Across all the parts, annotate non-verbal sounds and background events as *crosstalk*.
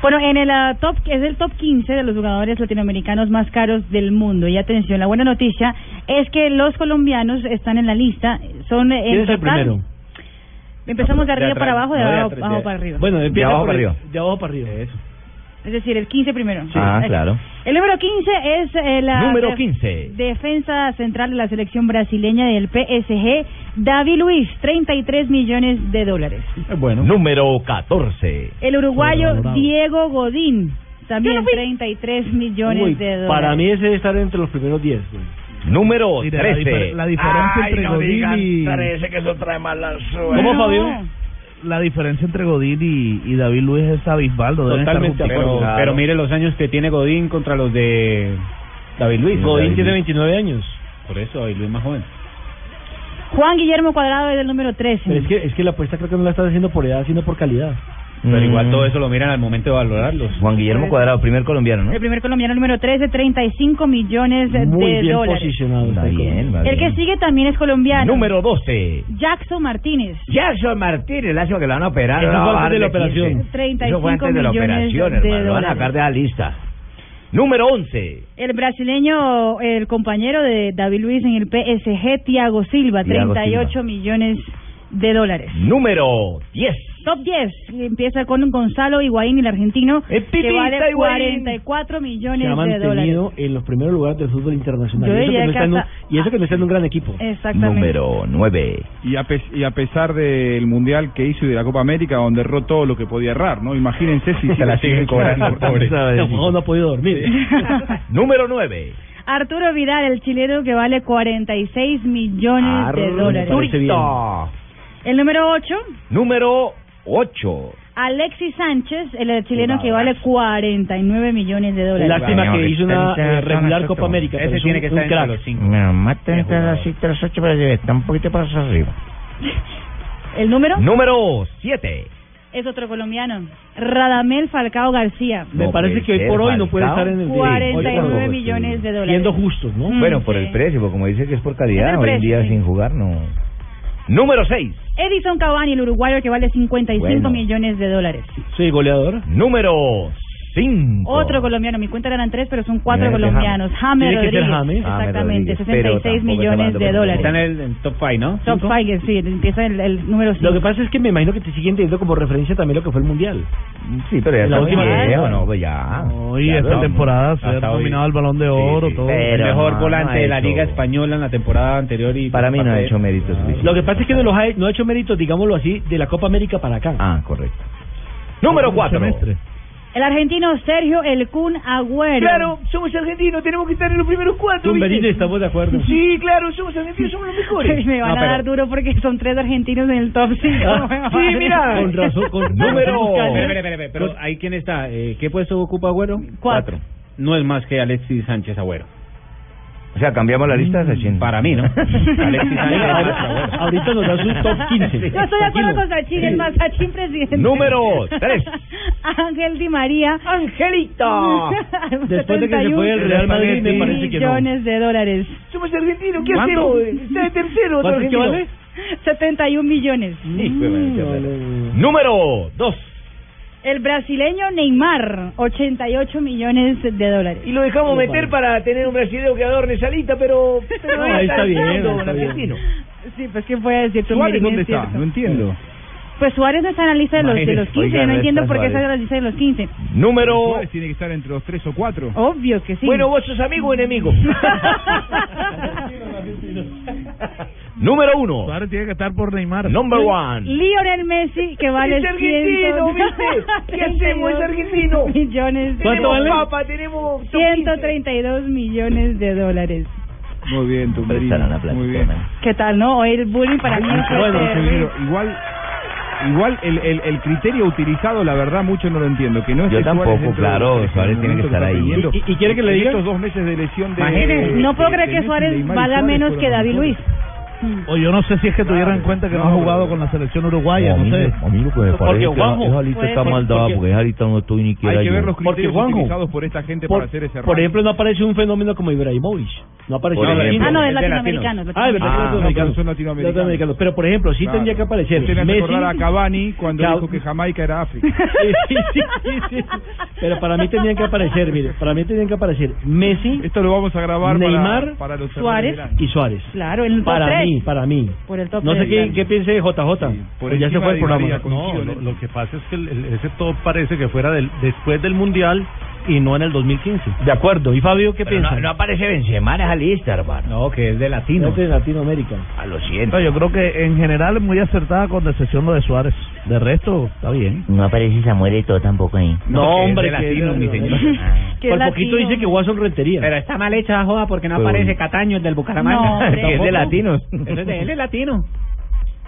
Bueno, en el ah, top, es el top 15 de los jugadores latinoamericanos más caros del mundo. Y atención, la buena noticia es que los colombianos están en la lista. Son en ¿Quién es total- el primero? Empezamos de arriba atrás. para abajo, de No, de abajo, atrás, abajo de- para arriba. Bueno, empieza abajo por para el- arriba. De abajo para arriba. Eso. es decir, el 15 primero. Ah, Es- claro. El número 15 es eh, la Número def- 15. defensa central de la selección brasileña del PSG, David Luis, 33 millones de dólares. Bueno. Número 14. El uruguayo Sobrevalorado. Diego Godín, también 33 millones Uy, de dólares. para mí ese debe estar entre los primeros 10. güey. Número Mira, la, 13. difer- la diferencia entre Godín y que eso trae mala ¿Cómo, No. Fabio? la diferencia entre Godín y, y David Luis es abisbaldo. deben estar Totalmente juntos. acuerdo. Claro. Pero mire los años que tiene Godín contra los de David Luis. Godín David tiene Luiz. 29 años. Por eso David Luis más joven. Juan Guillermo Cuadrado es el número 13. Pero es que, es que la apuesta creo que no la estás haciendo por edad, sino por calidad. Mm. Pero igual todo eso lo miran al momento de valorarlos. Mm. Juan Guillermo Cuadrado, primer colombiano, ¿no? El primer colombiano número 13, 35 millones de Muy bien dólares. posicionado. Está este bien, colombiano. va El que bien. sigue también es colombiano. Número 12. Jackson Martínez. Jason Martínez, lástima que lo van a operar. Eso no fue va a antes de la darle operación. 15. 35 Eso fue antes de la millones operación, de hermano. Lo van a dólares. sacar de la lista. Número 11. El brasileño, el compañero de David Luis en el PSG, Thiago Silva, Thiago 38 Silva. millones de dólares. Número 10. Top 10 empieza con Gonzalo Higuaín, el argentino, El que pipita vale Higuaín. 44 millones Se ha de mantenido dólares. en los primeros lugares del fútbol internacional. Yo Y eso diría que no que está en un- hasta- y eso que no está en un gran equipo. Exactamente. Número 9. Y a, pes- y a pesar del mundial que hizo y de la Copa América, donde erró todo lo que podía errar, ¿no? Imagínense *laughs* si Se la siguen cobrando, pobre. El *laughs* jugador no ha podido dormir. Número 9. Arturo Vidal, el chileno, que vale 46 millones de dólares. parece bien. Ah. El número 8, Número 8. Alexis Sánchez, el chileno, que vale 49 millones de dólares. Lástima que Señores, hizo una tenés eh, razón, regular nosotros. Copa América. Ese pero es tiene un- que un estar entre crack. los cinco. Me matan Bien jugado. las 6, 3, 8, pero está un poquito para arriba. El número Número 7. es otro colombiano, Radamel Falcao García. Me No parece puede que hoy ser, por hoy no puede Falcao. estar en el Sí, hoy por 49 hoy, millones sí. de dólares. *laughs* Siendo justos, ¿no? Mm. Bueno, por el sí. precio, porque como dice que es por calidad, Es el hoy en precio, día sí. sin jugar no. Número 6. Edison Cavani, el uruguayo, que vale 55 Bueno. millones de dólares. Sí, goleador. Número 5. Otro colombiano, mi cuenta eran tres, pero son cuatro Tiene que ser colombianos. James Tiene que ser Rodríguez. James. James Exactamente, Rodríguez, pero 66 tampoco millones está de hablando dólares. por el en top 5, ¿no? Top Cinco. Five, sí, empieza el, el número 5. Lo que pasa es que me imagino que te siguen teniendo como referencia también lo que fue el Mundial. Sí, pero ya La está muy última vez. viejo, ¿no? Pues ya. No, y Ya esta no. temporada se ha Hasta hoy. dominado el balón de Sí, oro, sí. todo. Pero el mejor no, volante no de la ha hecho- Liga Española en la temporada anterior. y Para mí no ha parte- Ah. hecho méritos suficientes. Lo que pasa es que no, los ha, no ha hecho méritos, digámoslo así, de la Copa América para acá. Ah, correcto. Número Un 4. semestre. El argentino Sergio El Kun Agüero. somos argentinos, tenemos que estar en los primeros cuatro. Tumberini, estamos de acuerdo. Sí, claro, somos argentinos, somos los Me van No, a pero- dar duro porque son tres argentinos en el top 5. *laughs* sí, mira. Con *laughs* razón, *laughs* con Número- Espere, Número... espere, espere, espere, Pero ahí quién está. Eh, ¿Qué puesto ocupa Agüero? Cuatro. No es más que Alexis Sánchez Agüero. O sea, cambiamos la lista, Sachin. Para *laughs* mí, ¿no? Alexis Sánchez Agüero. Ahorita nos da su top 15. Yo estoy de acuerdo con Sachin, es más Sachin presidente. Número tres. *laughs* Ángel Di María. *laughs* ¡Angelito! Después de que se fue el Real Madrid, me parece que no. millones de dólares. Somos argentinos, ¿qué ¿Cuánto? hacemos? Está de tercero, ¿Cuánto es que vale? 71 millones. Número 2. El brasileño Neymar, 88 millones de dólares. lo dejamos meter *laughs* para tener un brasileño que adorne esa lista, pero. No, ahí está bien, está bien. Sí, pues, ¿qué voy a decir? Tumberini ¿Suárez dónde es está? cierto. No entiendo. Pues Suárez no está en la lista de los, de los Imagínese, 15. oiga, yo no no entiendo está por qué está en Suárez. la lista de los 15. Número. Suárez tiene que estar entre los tres o cuatro. Obvio que sí. *laughs* vos sos amigo o *laughs* enemigo. Número 1. Suárez tiene que estar por Neymar. Number 1. Lionel Messi, que vale *laughs* 132 argentino. millones de ¿Cuánto vale? tenemos. 132 millones de dólares. Muy bien, Tumberini. Muy bien. ¿Qué tal, no? Hoy el bullying para mí fue Bueno, terrible. Tumberini, igual Igual el, el, el criterio utilizado, la verdad, mucho no lo entiendo. Que no es Yo que Suárez tampoco, dentro claro, de- en el Suárez tiene momento que estar ahí. está teniendo- ¿Y- y quiere que le en diga? Estos dos meses de lesión de. Imagínese, no puedo creer que Suárez valga menos que David Luis. O yo no sé si es que tuvieran en cuenta que no, ha jugado con la selección uruguaya, no sé. A mí lo que me pues, parece es que Juanjo, esa lista puede está ser, mal dada porque- porque, esa lista no estoy ni quiera Hay que yo. ver los Porque, criterios Juanjo, utilizados por esta gente Por, para hacer ese por ranking. ejemplo, no aparece un fenómeno como Ibrahimovic. No aparece Por ejemplo. Ah, no, es es latinoamericano. es Ah, es verdad, Ah, son no, latinoamericanos. pero son latinoamericanos. Latinoamericanos. Pero, por ejemplo, sí Claro. tendría que aparecer Usted me hace Messi. acordar a Cavani cuando Claro. dijo que Jamaica era África. *laughs* Sí, *laughs* sí, sí, sí, sí. Pero para mí tendrían que aparecer, mire, para mí tendrían que aparecer Messi Esto lo vamos a grabar para- Neymar, para, los Suárez. hermanos y Verán. Suárez. Claro, el top Para tres. mí, para mí. Por el top No sé tres, qué, claro. qué piense de JJ. Sí, por Pues ya se encima fue el de programa. María, No, coincido en lo, eso. lo que pasa es que el- el- ese top parece que fuera del, después del Mundial y no en el 2015. De acuerdo. ¿Y Fabio qué piensa? aparece Benzema en esa lista, hermano. No, que es de latino. Es de Latinoamérica. A lo siento. No, yo creo que en general es muy acertada con excepción lo de Suárez. De resto, está bien. No aparece Samuel Eto'o tampoco ahí. Ah. No, hombre, que es de Latinoamérica. Que Por es poquito latino. dice que Watson Rentería. está mal hecha la joda porque no Pero- aparece Cataño, el del *laughs* No, hombre. Que es de latinos. él es latino.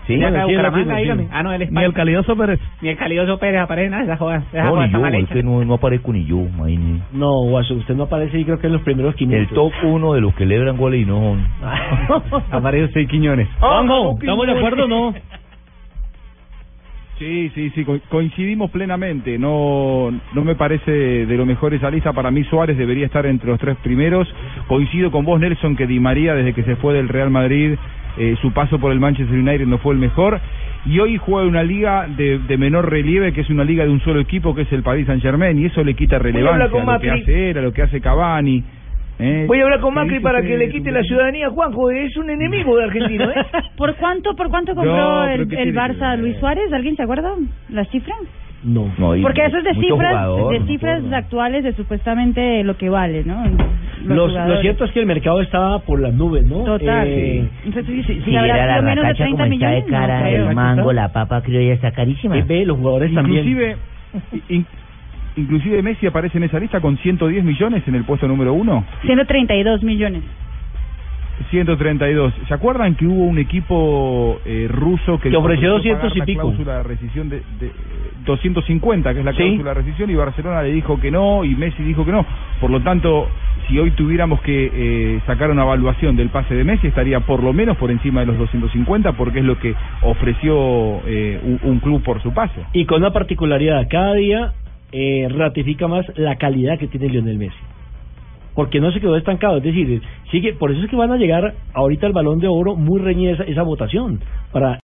Sí. De acá de sí, es Bucaramanga, latino, dígame. sí. Ah, no, él es Ni el calidoso Pérez. Ni el Calioso Pérez aparece nada, esa joda. Esa Oh, No, joda ni está yo, mal es hecha. que no, no aparezco ni yo. imagínese. No, Watson, usted no aparece y creo que en los primeros 500. El top uno de los que lebran goles y no *laughs* son. Aparece usted Quiñones. Juanjo, ¿estamos de acuerdo o no? Sí, sí, sí, co- coincidimos plenamente. No, no me parece de lo mejor esa lista. Para mí Suárez debería estar entre los tres primeros. Coincido con vos, Nelson, que Di María, desde que se fue del Real Madrid, eh, su paso por el Manchester United no fue el mejor. Y hoy juega una liga de, de menor relieve, que es una liga de un solo equipo, que es el Paris Saint Germain, y eso le quita relevancia hablar con a lo que Macri. hace él, a lo que hace Cavani. ¿eh? Voy a hablar con ¿Qué Macri dice para usted que de le su quite grupo? la ciudadanía, Juanjo. Es un enemigo de Argentino, ¿eh? ¿Por cuánto, por cuánto No, compró pero el, ¿qué el tiene que Barça a ver? Luis Suárez? ¿Alguien se acuerda la cifra? No. No, y Porque eso es de mucho cifras, jugador, de mucho cifras jugador. actuales de supuestamente lo que vale, ¿no? Los, lo jugadores. cierto es que el mercado estaba por las nubes, ¿no? Total. Eh, Entonces, si, si Si habrá era la sido menos de racacha 30 como está millones, de cara, no creo. el mango, la papa criolla está carísima. eh, ve, los jugadores también. Inclusive, in- inclusive Messi aparece en esa lista con 110 millones en el puesto número uno. 132 millones. 132. ¿Se acuerdan que hubo un equipo eh, ruso que, Que ofreció ofreció 200 y pagar pico? La cláusula de rescisión de, de, eh, 250, que es la Sí. cláusula de rescisión, y Barcelona le dijo que no, y Messi dijo que no. Por lo tanto, si hoy tuviéramos que eh, sacar una evaluación del pase de Messi, estaría por lo menos por encima de los 250, porque es lo que ofreció eh, un, un club por su pase. *laughs* Y con una particularidad, cada día eh, ratifica más la calidad que tiene Lionel Messi. Porque no se quedó estancado, es decir, sigue, por eso es que van a llegar ahorita al balón de oro muy reñida esa, esa votación para